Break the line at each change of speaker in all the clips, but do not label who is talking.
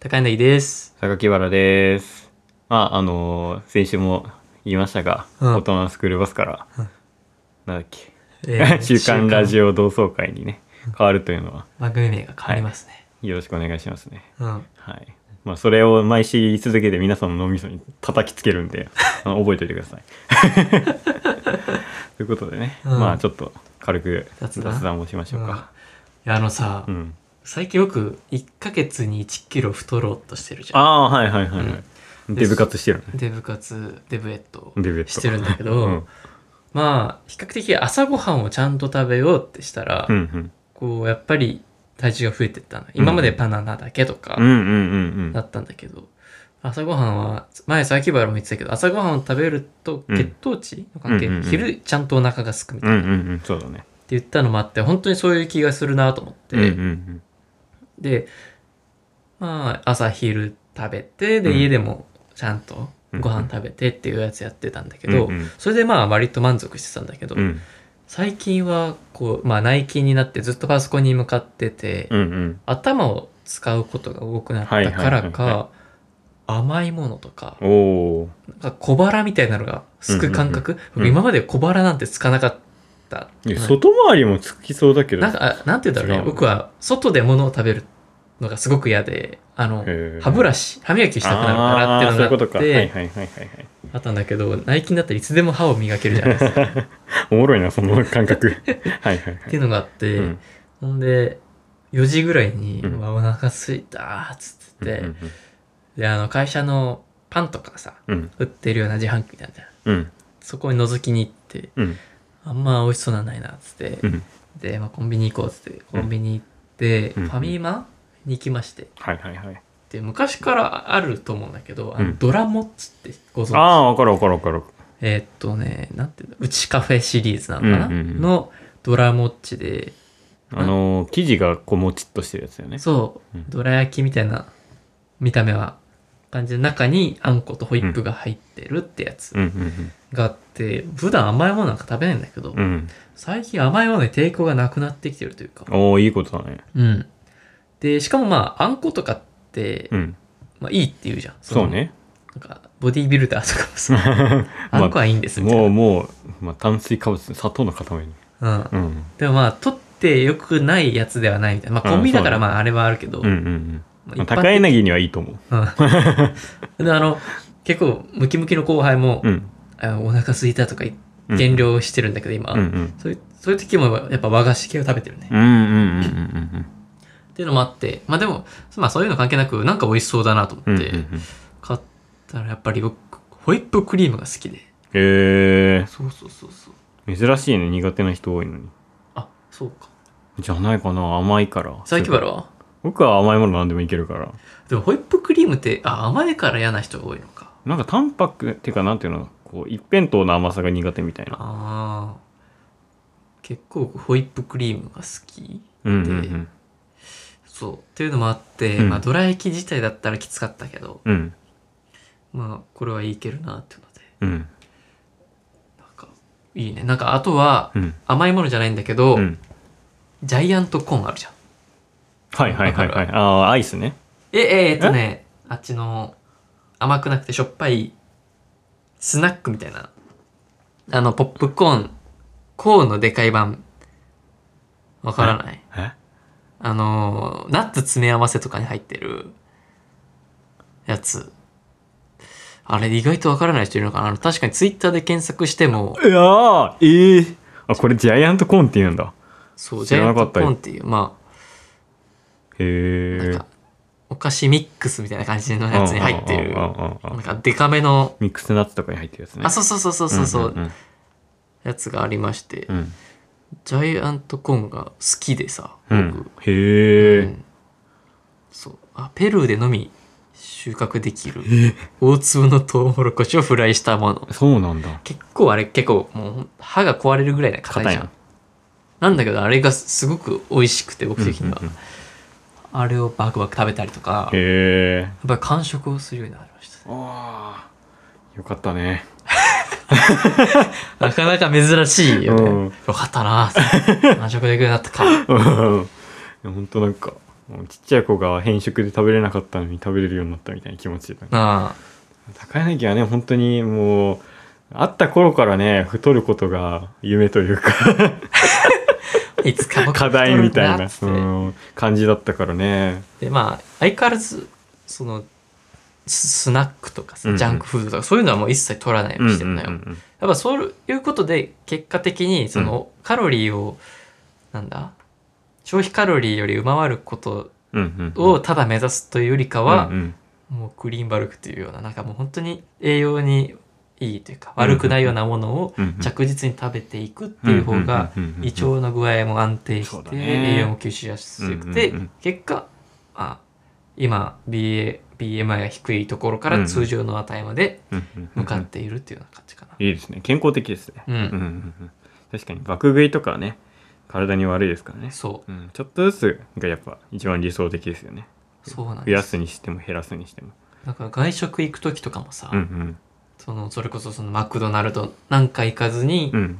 高柳です。
榊原です。まあ、あのー先週も言いましたが、
うん
大人のスクールバスから、
うん
なんだっけ、
えー
週刊ラジオ同窓会にね、変わるというのは、
番組名が変わりますね。
よろしくお願いしますね。
うん。
はい。まあ、それを毎週言い続けて皆さんの脳みそに叩きつける んで、あの覚えておいてください。 ということでね、
うん
まあ、ちょっと軽く
雑
雑
談
談をしましょう
うんい
か。
やあのさ、
うん。
最近よく1ヶ月に1キロ太ろうとしてるじゃん。
ああー、はいはいはいはい。
ん
デブ活してるね。
デブ活デブエット
デブエット
してるんだけど、
うん
まあ比較的朝ごはんをちゃんと食べようってしたら、
うんうん。
こうやっぱり体重が増えてったの今までバナナだけとか
うんうんうんう
だ
ん。
ったんだけど、朝ごはんは前さっき原も言ってたけど朝ごはんを食べると
うん
血糖値の関係、
うんうんうん
昼ちゃんとお腹がすくみた
う
い
ん
な、
うん
っ
うん、そうだね。
て言ったのもあって本当にそういう気がするなと思って、
うんうん
でまあ朝昼食べてで、
うん
家でもちゃんとご
うん
飯
うん
食べてっていうやつやってたんだけ
うん
ど、
うんうん
それでまあ割と満足してたんだけど、
うん
最近はこうまあ内勤になってずっとパソコンに向かってて、
うんうん
頭を使うことが多くなったからか、
はいはいはいは
甘いものとか
おお
なんか小腹みたいなのがすく感覚、
うんうんうん
今まで小腹なんてつかなかった。
いや
うん
外回りもつきそうだけど
なんか、あなんて言うんだろうね。
違うの
僕は、外で物を食べるのがすごく嫌で、あの、歯ブラ
シ
シ、歯磨きしたくなるからっていうの
そういう
が
こ
あ
と
っ
かはいはい
て、
はいはいはい
あったんだけど、内勤だったらいつでも歯を磨けるじゃ ないですか。
おもろいなその 感覚はいはいは
ってい
いう
のがあって、
うん
ほんで、4時ぐらいに、
うん
うわお腹すいたーっつってて、
うん
で、あの、会社のパンとかさ、
うん
売ってるような自販機みたいな。
うん
そこに覗きに行って、
うん
あんま美味しそうなんないなっつって、
うん
で、まあ、コンビニ行こうっつって、コンビニ行って、
うん
ファミマに行きまして、
はいはいはい
で昔からあると思うんだけど、あの
うん
ドラモッツってご
あ
存知
あ分かる分かる分かる
えーっとねなんていうのうちカフェシリーズなのかな、
うんうんうん
のドラモッチで
あのー生地がこうもちっとしてるやつだよね
そう
うん
どら焼きみたいな見た目は感じで中にあんことホイップが入ってるってやつ
うんうん
があって、普段甘いものなんか食べないんだけど、
うん
最近甘いものに抵抗がなくなってきてるというか
うんおおいいことだね
うんでしかもまああんことかって、
うん
まあ、いいって言うじゃん
そう
の
ね
なんかボディービルダーとかもさあん こはいいんですみたいな
もうもうまあ炭水化物砂糖の塊に
うん
う、ん
でもまあ取ってよくないやつではないみたいなまあ
うん
コンビニだから
そう
まああれはあるけど、
うんうん
まあ
う
一
ん
般的
高柳にはいいと思う
うん であの結構ムキムキの後輩も、
うん
あお腹すいたとか
うん
減量してるんだけど今、
うんうん
そういうそういう時もやっぱ和菓子系を食べてるね、
うんうんうんうん
っていうのもあってまあでもまあそういうの関係なくなんか美味しそうだなと
う
思
んうん
っ
うん
て、
うんうん
買ったらやっぱり僕ホイップクリームが好きで
へえ
そうそうそうそう
珍しいね苦手な人多いのに
あそうか
じゃないかな甘いから
最近原は
僕は甘いもの何でもいけるから
でもホイップクリームってあ甘いから嫌な人が多いのか
なんか淡白っていうかなんていうのこう一辺倒の甘さが苦手みたいな
ああ結構僕ホイップクリームが好き
うんうん
そうっていうのもあって、
うん
まあどら焼き自体だったらきつかったけど
うんうん
まあこれはいけるなっていうので
うん
なんかいいねなんかあとは
うん
甘いものじゃないんだけど、
うん
ジャイアントコーンあるじゃん
はいはいはいはいああーアイスね
えええっとねあっちの甘くなくてしょっぱいスナックみたいなあのポップコーンコーンのでかい版わからない
え
あのーナッツ詰め合わせとかに入ってるやつ。あれ意外とわからない人いるのかなあの確かにツイッターで検索しても、
いやーええあこれジャイアントコーンって言うんだ
そう、ジ
知
ャイ
ら
アン
なか
ト
った
コ
よ
ーンっていう、まあ、なん
へえ
か、お菓子ミックスみたいな感じのやつに入ってる、
うんうんうんうんう
なんんかデカめの、
ミックスナッツとかに入ってるやつね
あ、そうそうそうそうそうそう、
んん
やつがありまして、
うんうん
ジャイアントコーンが好きでさ、僕
うん、へえ、
うんそうあペルーでのみ収穫できる大粒のトウモロコシをフライしたもの
そうなんだ
結構あれ結構もう歯が壊れるぐらいな硬いじゃんなんだけどあれがすごく美味しくて僕的には、
うんうんうん
あれをバクバク食べたりとかやっ
へえ
ぱり完食をするようになりました
ああよかったね
なかなか珍しいよね、
うん
よかったな完食できるようになったか
うんいやほんとなんかもうちっちゃい子が偏食で食べれなかったのに食べれるようになったみたいな気持ちで、
あ
高柳はね本当にもう会った頃からね太ることが夢というか
あ。いつか 僕
課題みたいな、
太るんだっ
うん感じだったからね
つってで、まあ、相変わらず、その、ススナックとか
うん
さ、
うん
ジャンクフードとか、そういうのはもう一切取らないようにしてるのよ。
うん
やっぱそういうことで結果的にそのカロリーを、なんだ消費カロリーより上回ること
うんうんうんうん
をただ目指すというよりか
う
は
ん、うん
もうクリーンバルクというようななんかもう本当に栄養にいいというか
うんうん
悪くないようなものを
うんうん
着実に食べていくっていう方が
うんうんうんうん
胃腸の具合も安定
そう
し
だ
て
ね
栄養も吸収しやすくて
うんうんうん
結果まあ今 BA BMI が低いところか
うんう
ら
ん
通常の値まで
うんうん
向かっているっていうような感じかな。
いいですね健康的ですね、
うん
うんうん確かに爆食いとかはね体に悪いですからね、
そう
うん、ちょっとずつがやっぱ一番理想的ですよね
そうなんです
増やすにしても減らすにしても
なんか外食行く時とかもさ、
うん
そのそれこそそのマクドナルドなんか行かずに、
うんうん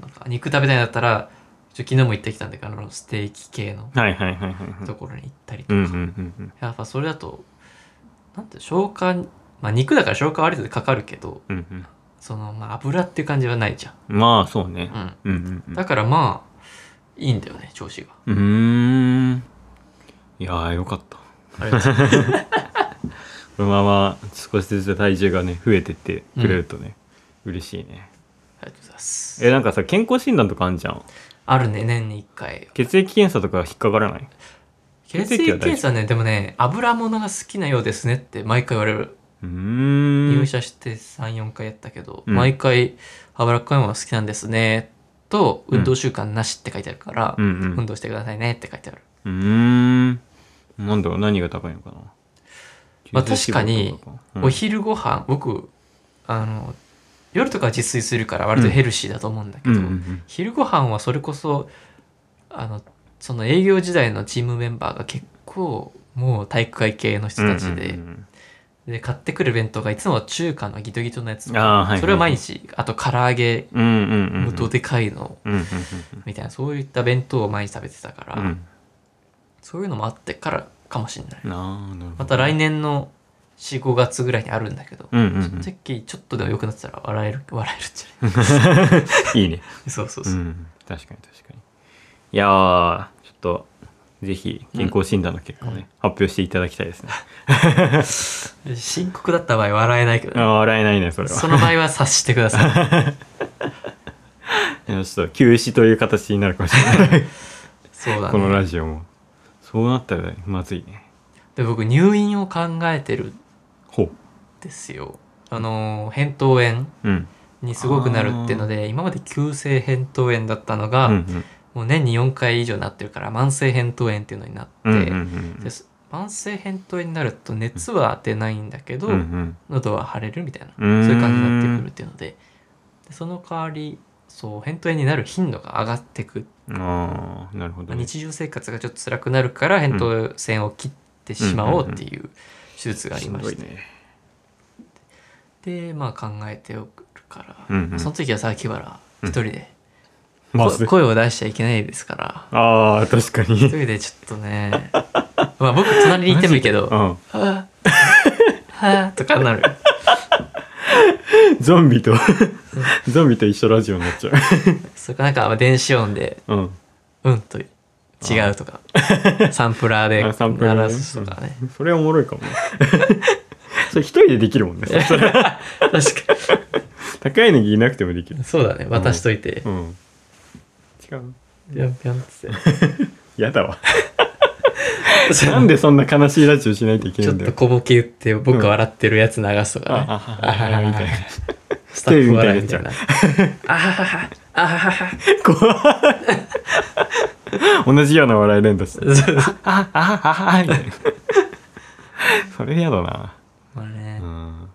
なんか肉食べたいんだったらちょ昨日も行ってきたんだけどあのステーキ系の
はいはいはいはいはい
ところに行ったりと
う
か、
んうんうんうん
やっぱそれだとなんて消化にまあ肉だから消化はある程度かかるけど
うんうん
そのまあ油っていう感じはないじゃん、
まあそうね。
うん、
うんうんうん。
だからまあいいんだよね調子が
うーん。いやーよかった。
ありが とう
このまま少しずつ体重がね増えてってくれるとね、嬉しいね。
ありがとうございます
えなんかさ健康診断とかあんじゃん。
あるね年に1回
血液検査とか引っかからない。
血液
血液は大丈夫
検査ねでもね油物が好きなようですねって毎回言われる
うー
入
ん。
社して34回やったけど、
うん
毎回「脂っこいものが好きなんですね」と「
うん
運動習慣なし」って書いてあるから、
うんうん。
運動してくださいねって書いてある、
うーん。なんだろう何が高いのかな。
まあ確かにお
おひ
昼ご飯僕あの夜とかは自炊するから割とヘルシーだと思うんだけ
う
ど、
んうんうん。
昼ご飯はそれこそあのその営業時代のチームメンバーが結構もう体育会系の人たちで,、
うん
で買ってくる弁当がいつも中華のギトギトのやつと
あ
か
あはい、はい。
それは毎。日あと唐揚げ
うんうんうん。
無糖でかいのを
うんうん
みたいなそういった弁当を毎日食べてたから、
うん。うん。
そういうのもあってからかもしれない
なあなるほど。
また来年の45月ぐらいにあるんだけど、
うんうんうん
さっきちょっとでも良くなってたら笑える 笑えるんじゃない
いいね。
そうそう
う
そう、
ん、確かに確かに。いやー、ちょっと、ぜひ健康診断の結果をね、
うん
発表していただきたいですね。
深刻だった場合笑えないけど
あ
ね、
ー笑えないね、それ
そ
は。
の場合は察してください
ちょっと休止という形になるかもしれない。
そうだ
この
ね
ラジオも。そうなったらまずいね。
で僕入院を考えてるん
ほう。
ですよあのー扁桃炎
うん。
にすごくなるっていうので今まで急性扁桃炎だったの
う
が、
んうん
もう年に4回以上なってるから慢性扁桃炎っていうのになって、
うんうんうん
で慢性扁桃炎になると熱は出ないんだけど、
うんうん
喉は腫れるみたいな
う
そう
ーん
いう感じになってくるっていうのででその代わりそう扁桃炎になる頻度が上がってく、
あーなるほ
ま
ど
あ
ね。
日常生活がちょっと辛くなるから扁桃腺を切ってしまおうっていう手術があり
しん
ま
ど
し
い
て、
ね。
でまあ考えておくから、
うんうん
その時はさ秋原
うん
一人で、
ま
こ
ずい。
声を出しちゃいけないですから
あー、確か
一
に。
人でちょっと ねまあ僕隣にいてもいいけど
うん。
「はあはあ」とかなる。
ゾンビと、 ゾンビと一緒ラジオになっちゃ
それかなんかまあ電子音で
う。うん。
「うん」と違うとかサンプラーで
あサンプラー
鳴
で
らすとかね
それはおもろいかも。 それ一人でできるもん ね。それ
確か
高柳いなくてもできる
に。そうだね渡しといて
うん。違う。
ピョンピョンっつっ
やだわ。
て
なんでそんな悲しいラジオしないといけ
ち
ない
ょっ
んだよ
と。小ボケ言って僕が笑ってるやつ流すとかね
ああ
あ
あ
はは
み
は
たいな
スタッフ笑いみたいなあはははあははは
同じような笑い連打して。
そう
ああああみたいな。それやだな。
まあね
うん。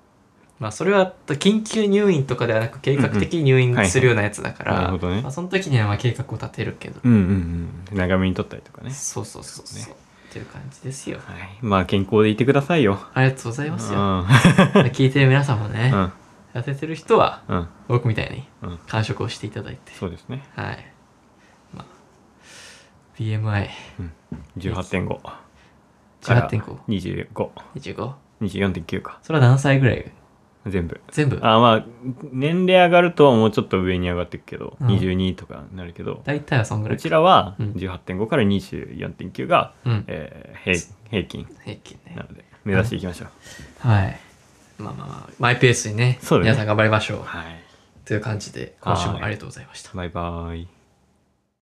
まあそれは緊急入院とかではなく計画的に入
うんうん
院するようなやつだか
はいはいな
ら
るほどね
まあその時にはまあ計画を立てるけど
うんうんうん。長めに撮ったりとかね。
そうそうそう
そう
そうっていう感じですよ
はい。まあ健康でいてくださいよ。
ありがとうござい
うん。
ますよ
う
聞いてる皆さんもね、
ん。
痩せてる人は
うん。
僕みたいに
うん
完食をしていただいて、
そうですね。
はいまあ BMI。
18.5
18.5
25
25?
24.9か
それは何歳ぐらい
全部
全部
あまあ年齢上がるともうちょっと上に上がっていくけど、
うん
22とかになるけど
大体はそんぐら
こ
いか
ちらは
うん
18.5から24.9が、
うん
えー平平均
平均ね
なので目指していきましょう、
はいまあまあまあマイペースにね
そうだね
皆さん頑張りましょう
はい
という感じで今週もありがとうございました
バイバイ